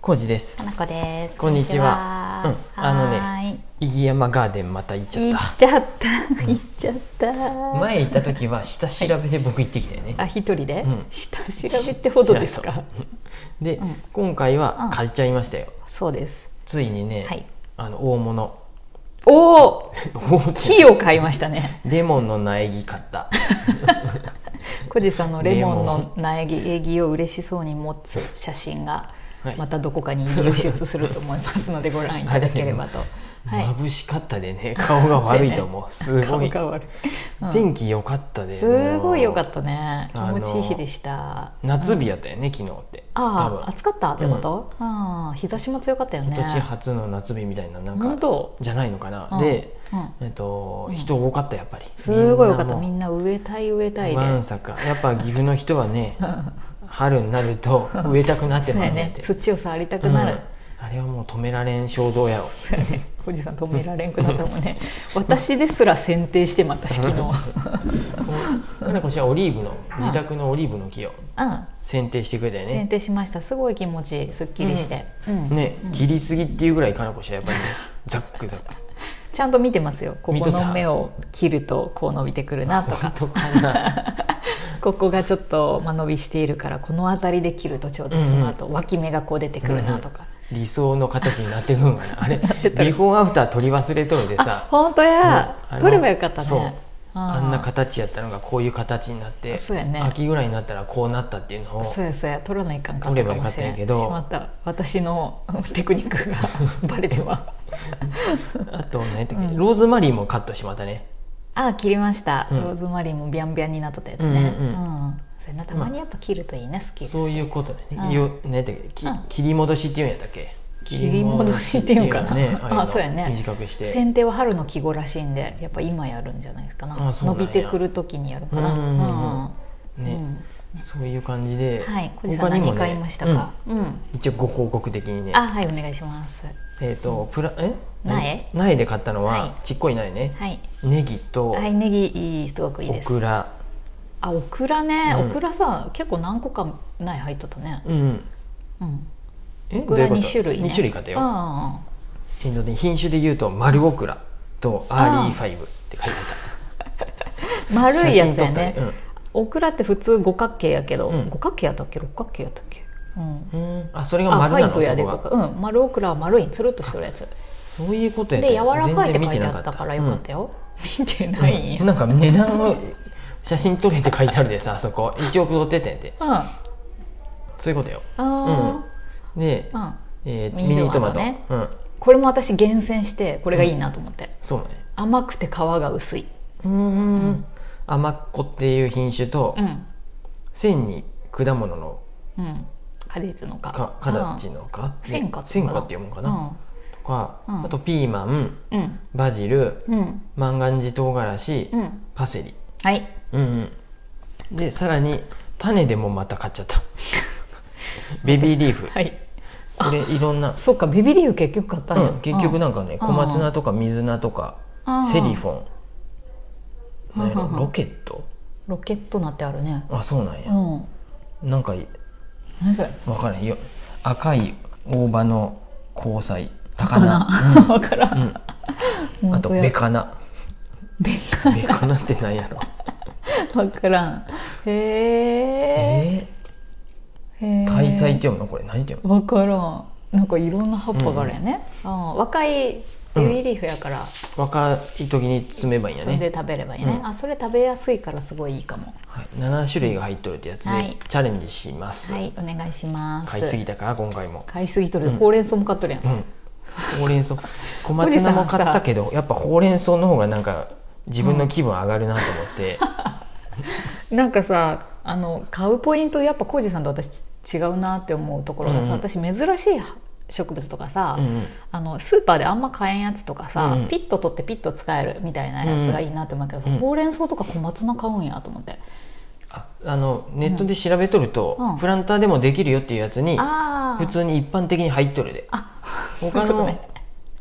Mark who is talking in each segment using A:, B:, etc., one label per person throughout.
A: コージです
B: かなこです。
A: こんにちは
B: こんにちは
A: うんあのね
B: はーい
A: イギヤマガーデンまた行っちゃ
B: 行
A: っ
B: っちゃった。行っちゃった。
A: た前行った時は下調べで僕行ってきたよね、
B: あ、一人で
A: うん。
B: 下調べってほどです
A: 調
B: か。
A: べたで、
B: うん
A: 今回は
B: うん
A: 買っちゃいましたよ、
B: そうです。
A: ついにね、
B: はい
A: あの大物
B: おお、
A: 大手
B: 木を買いましたね。
A: レモンの苗木買った
B: コジさんのレモ
A: レ
B: ン
A: モ
B: の苗木、苗木を嬉しそうに持つ写真が
A: はい。
B: またどこかに流出すると思いますので、ご覧いただければと。はい。
A: 眩しかったでね顔が悪いと思うすごい
B: 顔が悪い。うん
A: 天気良かったで、
B: すごい良か
A: も
B: ったね。気
A: あの
B: 持ちいい日でした。
A: う夏日やったよね、昨日って多
B: あ
A: 分
B: あ暑かったってこと、ああ日差しも強かったよね
A: 今年初の夏日みたいななん
B: 本
A: か
B: 当、
A: じゃないのかな、
B: うん
A: で、
B: うん
A: えっと
B: うん
A: 人多かったやっぱり
B: すごいよかったみ
A: みん
B: んな植えたい植えた
A: ない
B: で、
A: もうわんさかやっぱ岐阜の人は ね春になると植えたくなって
B: そう
A: ま
B: や
A: うね
B: ね
A: って
B: 土を触りたくなる、
A: うんあれはもう止められん衝動やろ
B: そうやねおじさん止められんくなったもんね 私ですら剪定してまた昨日
A: かなこちゃんオリーブの自宅のオリーブの木を
B: うん
A: 剪定してくれたよ
B: 剪
A: ね
B: 定しましたすごい気持ちいいすっきりして、うん
A: ね
B: うん
A: 切りすぎっていうぐらいかなこちゃんやっぱりねザックザック
B: ちゃんと見てますよこ
A: 見
B: こと
A: った
B: の芽を切るとこう伸びてくる なとか
A: 本当かな
B: ここがちょっと間延びしているからこの辺りで切るとちょうどその後、脇芽がこう出てくるなとか、
A: 理想の形になってくんかなあれ
B: てた
A: ビフォーアフター取り忘れとるで
B: あ
A: さ
B: 本当や、
A: うんあの
B: 取ればよかったね
A: そう
B: あ
A: あんな形やったのがこういう形になって、
B: そうやね
A: 秋ぐらいになったらこうなったっていうのを
B: そうやそうや取らないかんかっ
A: 取れ
B: たか
A: ばよか
B: も
A: っ
B: した
A: ん
B: れ
A: や
B: ん
A: けど
B: しまった私の うんテクニックが バレては
A: あと何やったっけ、
B: うん
A: ローズマリーもカットしまったね
B: あ切りました、
A: うん
B: ローズマリーもビャンビャンになっとったやつね
A: う
B: うんん、
A: うん
B: それなたまにやっぱ切るといいね好きです
A: そういうことね、
B: うん
A: よ何やったっけき
B: うん
A: 切り戻しっていうんやったっけ
B: 切り戻しっていうんかな
A: 切り戻しっていうのねああい
B: あそうやね
A: うの短くして
B: 剪定は春の季語らしいんでやっぱ今やるんじゃないですかな
A: あそうな
B: 伸
A: んや
B: びてくる時にやるかな
A: うんうんうん
B: うん
A: ね、そういう感じで、
B: うんはい小路さん何買いましたか、うん
A: うん一応ご報告的にね
B: あはいお願いします
A: えっ、とプラえ
B: 苗
A: 苗で買ったのは、
B: はい
A: ちっこい苗ね、
B: はい
A: ネギと
B: はいネギいいすごくいい
A: オ
B: です
A: クラ
B: あオクラね、
A: うん
B: オクラさ結構何個かない入っとったね、
A: うん
B: うん、
A: え
B: オクラ
A: どういうこ
B: 2
A: と
B: 種類、ね、
A: 二種類買ったよ、
B: あ
A: えっとね品種で言うと丸オクラとアーリーファイブって書いてあ
B: あ丸
A: った
B: いやつや
A: 写真
B: ね、
A: 撮った
B: オクラって普通五角形やけど、
A: うん
B: 五角形やったっけ六角形やったっけうん
A: うん、うんあそれが
B: あ
A: 丸
B: フ
A: な
B: ァイ
A: の
B: ブやで
A: そこ
B: 五
A: が
B: 角うん丸オクラは丸いつるっとしてるやつ
A: そういうことや
B: で柔らかいって
A: 全然
B: 書
A: 見
B: いてあったからよかったよ、 見て
A: うん
B: ないんや、
A: うんなんか値段を写真撮れって書いてあるでさあそこ1億撮ってたんやて
B: うんあ
A: そういうことよ
B: あ
A: で
B: ー、、うん
A: えーミ
B: ミニ
A: ニト
B: ト
A: マ
B: マ
A: ト、
B: トね
A: うん
B: これも私厳選してこれがいいなと思って、
A: そうね
B: 甘くて皮が薄い、
A: うん、
B: うん
A: 甘っこっていう品種と、
B: うん
A: 線に果物の
B: うん、果実の果
A: か形のか、
B: うん鮮花
A: 鮮花って読むのかな、とか、
B: うん
A: あとピーマン
B: うんうん
A: バジル
B: うん
A: 万願寺唐辛子、
B: うん
A: パセリ
B: はい
A: うんうんでさらに種でもまた買っちゃった ベビーリーフ
B: はい
A: これいろんな、
B: そうかビビリーフ結局買ったん
A: う
B: や、
A: ん、結局なんかね
B: うん
A: 小松菜とか水菜とか
B: うん
A: セリフォン
B: うん
A: なんやろ
B: うん
A: ロケット
B: ロケットなってあるね
A: あそうなん
B: う
A: や
B: ん
A: なんかい
B: 何それ
A: わからんよ赤い大葉の交彩高
B: かな
A: 菜、
B: 分からん、
A: うん、 あとベ
B: ベカ
A: カナ
B: ベ
A: ベカナってなんや ろ
B: 分からんへ
A: え
B: えへ
A: ー、
B: え
A: 大菜って読むのこれ何て読む
B: 分からんなんかいろんな葉っぱがあるやね、うん若いベビーリーフやから、
A: 若い時に詰めばいいんや
B: 摘んで
A: ね、
B: 食べればいいね、
A: うん
B: あそれ食べやすいからすごいいいかも
A: はい、7種類が入っとるってやつで、
B: はい
A: チャレンジします、
B: はいお願いします
A: 買いすぎたか今回も
B: 買いすぎとる、
A: うん
B: ほうれん草も買っとるやん、
A: うんほうれん草小松菜も買ったけどやっぱほうれん草の方がなんか自分の気分上がるなと思って、
B: なんかさあの買うポイントやっぱ浩二さんと私ち違うなって思うところがさ、
A: うんうん
B: 私珍しい植物とかさ、
A: うんうん
B: あのスーパーであんま買えんやつとかさ、
A: うんうん
B: ピッと取ってピッと使えるみたいなやつがいいなって思うけど、
A: うんうん
B: ほうれん草とか小松菜買うんやと思って、
A: ああのネットで調べとると、
B: うん
A: プランターでもできるよっていうやつに
B: ああ
A: 普通に一般的に入っとるで
B: あそういう
A: 他
B: こと
A: の
B: ね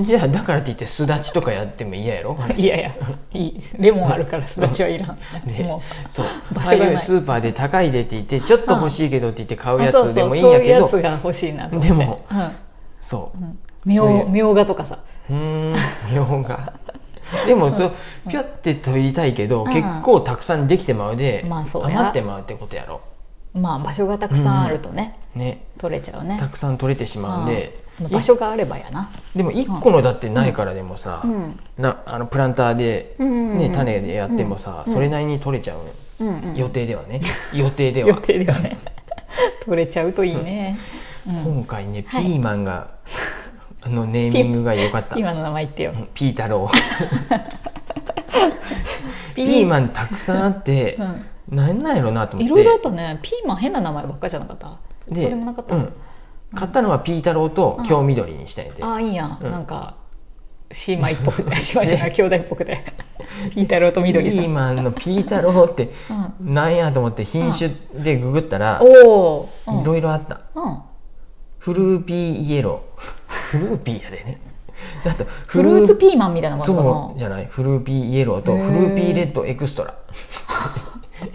A: じゃあだからって言ってすだちとかやっても嫌やろ
B: いやいやいいレモンあるからすだちはいらん
A: で
B: も
A: そう
B: 場所が
A: ああ
B: ない
A: いうスーパーで高いでって言ってちょっと欲しいけどって言って買
B: う
A: うや
B: あそう
A: つで
B: そう
A: もいいん
B: そう
A: や
B: いう
A: け
B: や
A: ど
B: つが欲しいなと思って
A: でも
B: う
A: そう、
B: んうんみ
A: そうい
B: ょ
A: う
B: うみょうがとかさ
A: うーんみょうが でもそうピョって取りたいけど、
B: うん
A: 結構たくさんできてまうで、
B: まあそうや
A: 余ってまうってことやろ
B: まあ場所がたくさんあるとね、
A: ね
B: 取れちゃうね
A: たくさん取れてしまうんで、
B: うん場所があればやな、
A: でも1個のだってないからでもさ、
B: うん
A: なあのプランターで、
B: うんうんうん
A: ね、種でやってもさ、
B: うん
A: それなりに取れちゃう
B: うんうん、
A: 予定ではね予定で
B: 予
A: は
B: 定ではね取れちゃうといいね、うん
A: 今回ねピ
B: はい
A: ーマンが、あのネーミングが良かった
B: 今の名前言ってよ
A: うんピー太郎ピーマンたくさんあって、
B: うん
A: なんなんやろなと思
B: い
A: って
B: ろいろあったねピーマン変な名前ばっかじゃなかった
A: で
B: それもなかった、
A: うん、買ったのはピー太郎と京緑にしたいんで、
B: ああいいやん、
A: うん
B: なんか姉妹っぽくて姉妹じゃない兄弟っぽく てピー太郎と
A: ピ
B: 緑さん、
A: ーマンのピー太郎って
B: うん、
A: なんやと思って品種でググったら
B: おお、うん、
A: いろいろあった
B: うん
A: フルーピーイエローフルーピーやでねあと
B: フルーツピーマンみたいなのがある
A: そ
B: の
A: うじゃないフルーピーイエローと
B: へー
A: フルーピーレッドエクスト ラ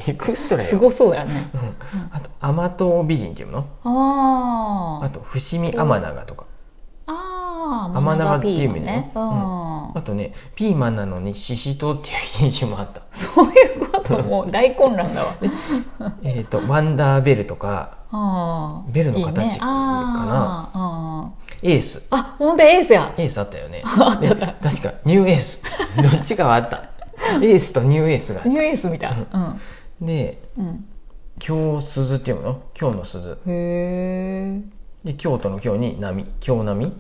A: エクスト
B: か
A: ラ
B: なす
A: よ、
B: ごそうだよね
A: うん、あと甘党美人っていうの
B: あ
A: あ
B: ー
A: と伏見甘長とか
B: あー
A: 甘長っていう意味
B: ピーマン
A: ね
B: ね、
A: う
B: うんん
A: あとねピーマンなのにシシトウっていう品種もあった
B: そういうこともう大混乱だわ
A: えっとワンダーベルとか
B: あー
A: ベルの形
B: いいねあーあー
A: エース
B: あ本当エースや
A: エースあったよ ねね確かニューエースどっちかはあったエースとニューエースが
B: ニューエースみたいな、
A: で
B: うんうん
A: 京鈴っていうの京の鈴
B: へえ
A: で京都の京に波京波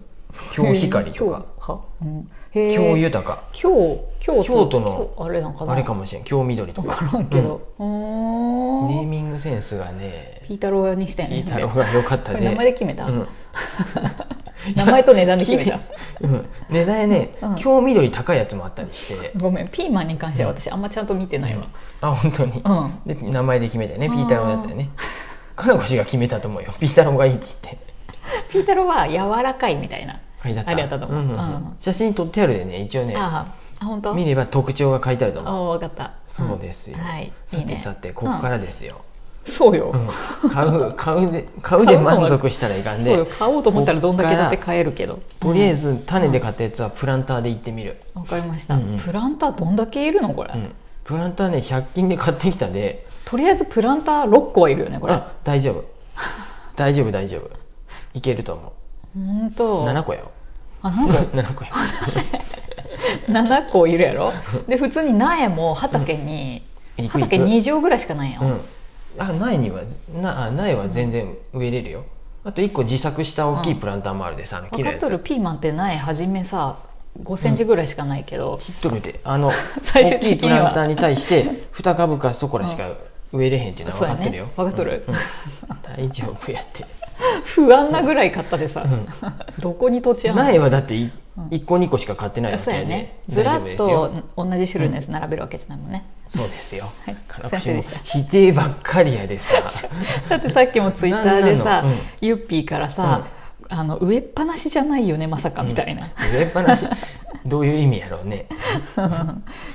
A: 京光とか
B: か今日
A: 京豊か
B: 今日今日
A: 京都の
B: あれなんかな
A: あれかもしれん京緑と
B: 分
A: か
B: からんけど、う
A: うんネー
B: ーん
A: ミングセンスがね
B: ピータローにしてん
A: いい
B: ね
A: 太郎が良かった
B: これ
A: で
B: 名前で決めた、
A: うん
B: 名前と値段 で決めた
A: うん値段ね
B: うん
A: 京緑高いやつもあったりして
B: ごめんピーマンに関しては私あんまちゃんと見てないわ
A: あ本当に
B: うん、
A: で名前で決めたよねピータローだったよね かなこ氏が決めたと思うよピータローがいいって言って
B: ピータローは柔らかいみたいな、
A: はいだった
B: あれやったと思うん
A: んん
B: うん
A: 写真撮ってあるでね一応ね
B: あああ本当
A: 見れば特徴が書いてあると
B: あ
A: 思う
B: あ分かった
A: そうですよ、
B: んはい、
A: さてさてここかららですよ、
B: うんそうよ、
A: うん買う買うで買うで満足したらいかん
B: そう
A: で
B: よ買おうと思ったらどんだけだって買えるけど
A: とりあえず種で買ったやつはプランターで行ってみる、
B: わかりました、
A: うんうん
B: プランターどんだけいるのこれ、
A: うんプランターね100均で買ってきたで
B: とりあえずプランター6個はいるよねこれ
A: あ大丈夫大丈夫大丈夫いけると思
B: ほん
A: う
B: と
A: 7個よ
B: あなんか
A: 7個よ
B: 7個いるやろで普通に苗も畑に、
A: 行く行く
B: 畑2畳ぐらいしかないやん、
A: うんあ苗にはなあ苗は全然植えれるよ、あと1個自作した大きいプランターもあるでさ、あの
B: 分
A: 木の
B: かっ
A: や
B: とる
A: つ
B: ピーマンって苗初めさ5センチぐらいしかないけど、
A: 切っとるであの
B: 最
A: 大
B: 終
A: きい
B: 的
A: プ
B: には
A: ランターに対して2株かそこらしか植えれへんっていうのは
B: そう
A: 分かっ
B: や
A: てるよ、
B: ね分かっとる、
A: うん大丈夫やって、
B: 不安なぐらい買ったでさ、 どこに土地あんの
A: 苗はだってい
B: うん
A: 1個2個しか買ってないわけ
B: そう
A: や
B: や
A: で、
B: ねず
A: 大
B: ら
A: 丈
B: っ
A: 夫です
B: と
A: よ
B: 同じ種類のやつ並べるわけじゃないもんね、
A: そうですよ、
B: はい
A: 辛
B: すいま
A: 口
B: せん
A: も
B: でした
A: 否定ばっかりやでさ
B: だってさっきもツイッターで
A: な
B: さ
A: んなのうん
B: ユッピーからさ、あの植えっぱなしじゃないよねまさか みたいな、
A: 植えっぱなしどういう意味やろうね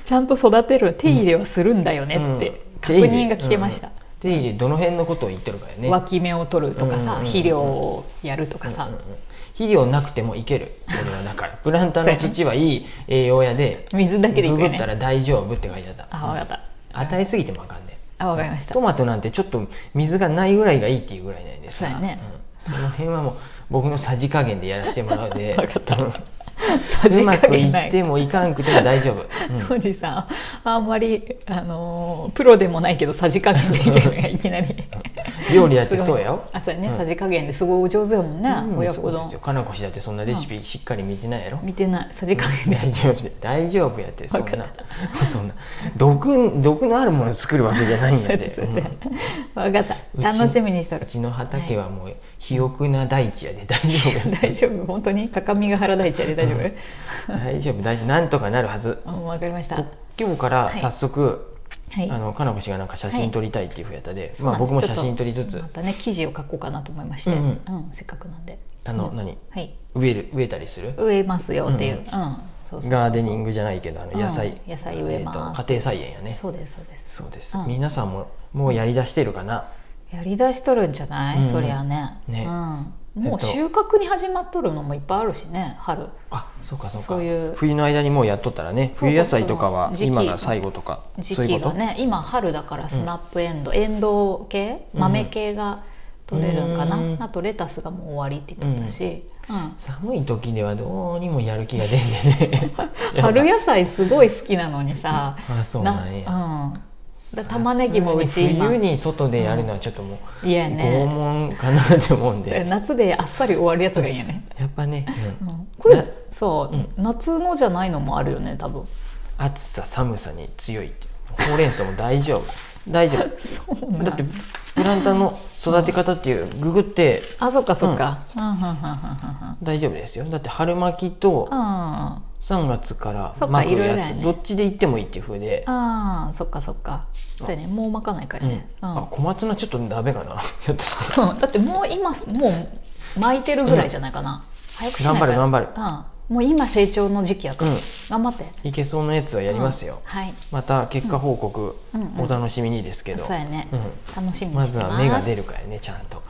B: ちゃんと育てる手入れはするんだよねっ
A: うん
B: て確認が来てました、
A: 手入れどの辺のことを言ってるかよね
B: 脇芽を取るとかさ、
A: うんうんうん
B: 肥料をやるとかさ、
A: うんうん肥料なくてもいける俺はだ からプランターの土はいい栄養やで
B: 水だけでい
A: グ
B: く
A: グ
B: よ
A: ったら
B: ね
A: 大丈夫って書いてあった
B: あわかった
A: 与えすぎてもあかんで
B: あわかりました
A: トマトなんてちょっと水がないぐらいがいいっていうぐらいなんで
B: そう
A: さ
B: やね
A: うんその辺はもう僕のさじ加減でやらせてもらうで
B: わかった
A: うん
B: さ
A: う
B: じ
A: ま
B: 加
A: くい
B: 減な
A: っ
B: い
A: てもいかんくても大丈夫、うん
B: おじさんあんまり、あのープロでもないけどさじ加減でいけるねいきなり
A: 料理だってそうやよ
B: あそうやね、
A: うん
B: さじ加減ですごいお上手やもんね、
A: うん
B: 親子
A: そうで
B: 丼
A: すよかなこ氏だってそんなレシピしっかり見てないやろ、
B: 見てないさじ加減で
A: 大丈夫で大丈夫やってそん
B: わか
A: な そんな毒毒のあるものを作るわけじゃないん
B: そ
A: や
B: うやっ
A: で
B: てそううやって
A: ん
B: 分かっ
A: うち
B: た楽しみにしと
A: う
B: る
A: ちの畑はもう肥沃な大地やで大丈夫
B: 大丈夫本当に高見ヶ原大地やで大丈夫、
A: 大丈夫大丈夫なんとかなるはず
B: うん、分かりました
A: 今日から早速、
B: はい
A: あのかなこ氏がなんか写真撮りたいっていうふうやったで、
B: そう
A: まあ、
B: なんで
A: 僕
B: す
A: も
B: ち
A: 写
B: ょっと
A: 真撮りつつ
B: またね記事を書こうかなと思いまして、
A: う
B: うんんせっかくなんで
A: あの、
B: うん
A: 何
B: はい
A: 植える植えたりする
B: 植えますよっていう、
A: うん
B: うんそうそうそうそう
A: ガーデニングじゃないけどあの
B: うん
A: 野菜、
B: 野菜植えます
A: と家庭菜園やね
B: そうですそうです
A: そうです、
B: うん
A: 皆さんももうやりだしてるかな、
B: やりだしとるんじゃない、
A: うん
B: そりゃね
A: ね
B: うん、もう収穫に始まっとるのもいっぱいあるしね春
A: あそうかそうか
B: そういう
A: 冬の間にもうやっとったらね
B: そうそう
A: 冬野菜とかは
B: その時期
A: 今が最後とか
B: 時
A: そういう
B: 期
A: こ
B: が
A: と、
B: ね今春だからスナップエンドウ、エンドウ系
A: うん
B: 豆系が取れるんかな、
A: うん
B: あとレタスがもう終わりって言ってたし、うん
A: 寒い時ではどうにもやる気が出んでね
B: 春野菜すごい好きなのにさ
A: あそうなんや
B: なうん だ玉ねぎもうち今
A: 冬に外でやるのはちょっともう
B: いや
A: 拷
B: ね
A: 問かなって思うんで、
B: 夏であっさり終わるやつがいいよね、
A: やっぱね、
B: う
A: うん
B: んこれ
A: な
B: そう、
A: うん
B: 夏のじゃないのもあるよね多分
A: 暑さ寒さに強いってほうれん草も大丈夫大丈夫
B: そうなん
A: だってプランターの育て方っていうググって
B: あそっかそっか、うん、うんうんうんうんうん
A: 大丈夫ですよだって春巻きと
B: あ
A: 3月から
B: そっか
A: 巻く
B: いろいろ
A: や
B: や
A: つ
B: ね
A: どっちで行ってもいいっていうふうで、
B: あーそっかそっかそうやねもう巻かないから
A: うん
B: ね、うん
A: あ小松菜ちょっとダメかな ひょっとして
B: うんだってもう今もう巻いてるぐらいじゃないかな、早くしないから
A: 頑張る
B: うん、もう今成長の時期やから、
A: うん
B: 頑張って
A: いけそうなやつはやりますよ
B: うん、はい
A: また結果報告
B: うんうんうん
A: お楽しみにですけど、
B: そうやね、
A: う
B: 楽しみにして
A: んまずは芽が出
B: る
A: るからねちゃん と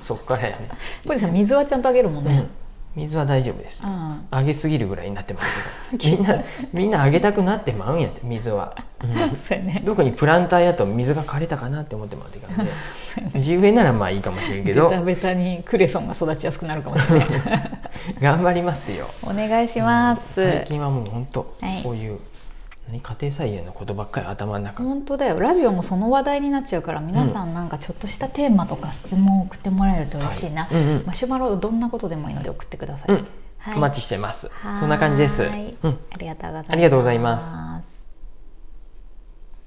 A: そっからやね、
B: 小路さん水はちゃんとあげるもん
A: うん
B: ね、
A: 水は大丈夫です
B: うん
A: 上げすぎるぐらいになってますけど みんなみんな上げたくなってまうんやって水は、うん
B: そうやね
A: 特にプランターやと水が枯れたかなって思ってもらっていかんで地植えならまあいいかもしれんけ
B: ベ
A: ど
B: タベタにクレソンが育ちやすくなるかもしれない
A: 頑張りますよ
B: お願いします、
A: 最近はもう本当、
B: はい
A: こういう何家庭菜園のことばっかり頭の中、
B: 本当だよラジオもその話題になっちゃうから皆さんなんかちょっとしたテーマとか質問を送ってもらえると嬉しいな、
A: はいうんうん
B: マシュマロどんなことでもいいので送ってください、
A: うん
B: はい
A: お待ちしてます
B: はーい
A: そんな感じです、うん
B: ありがとうございます
A: ありがとうございます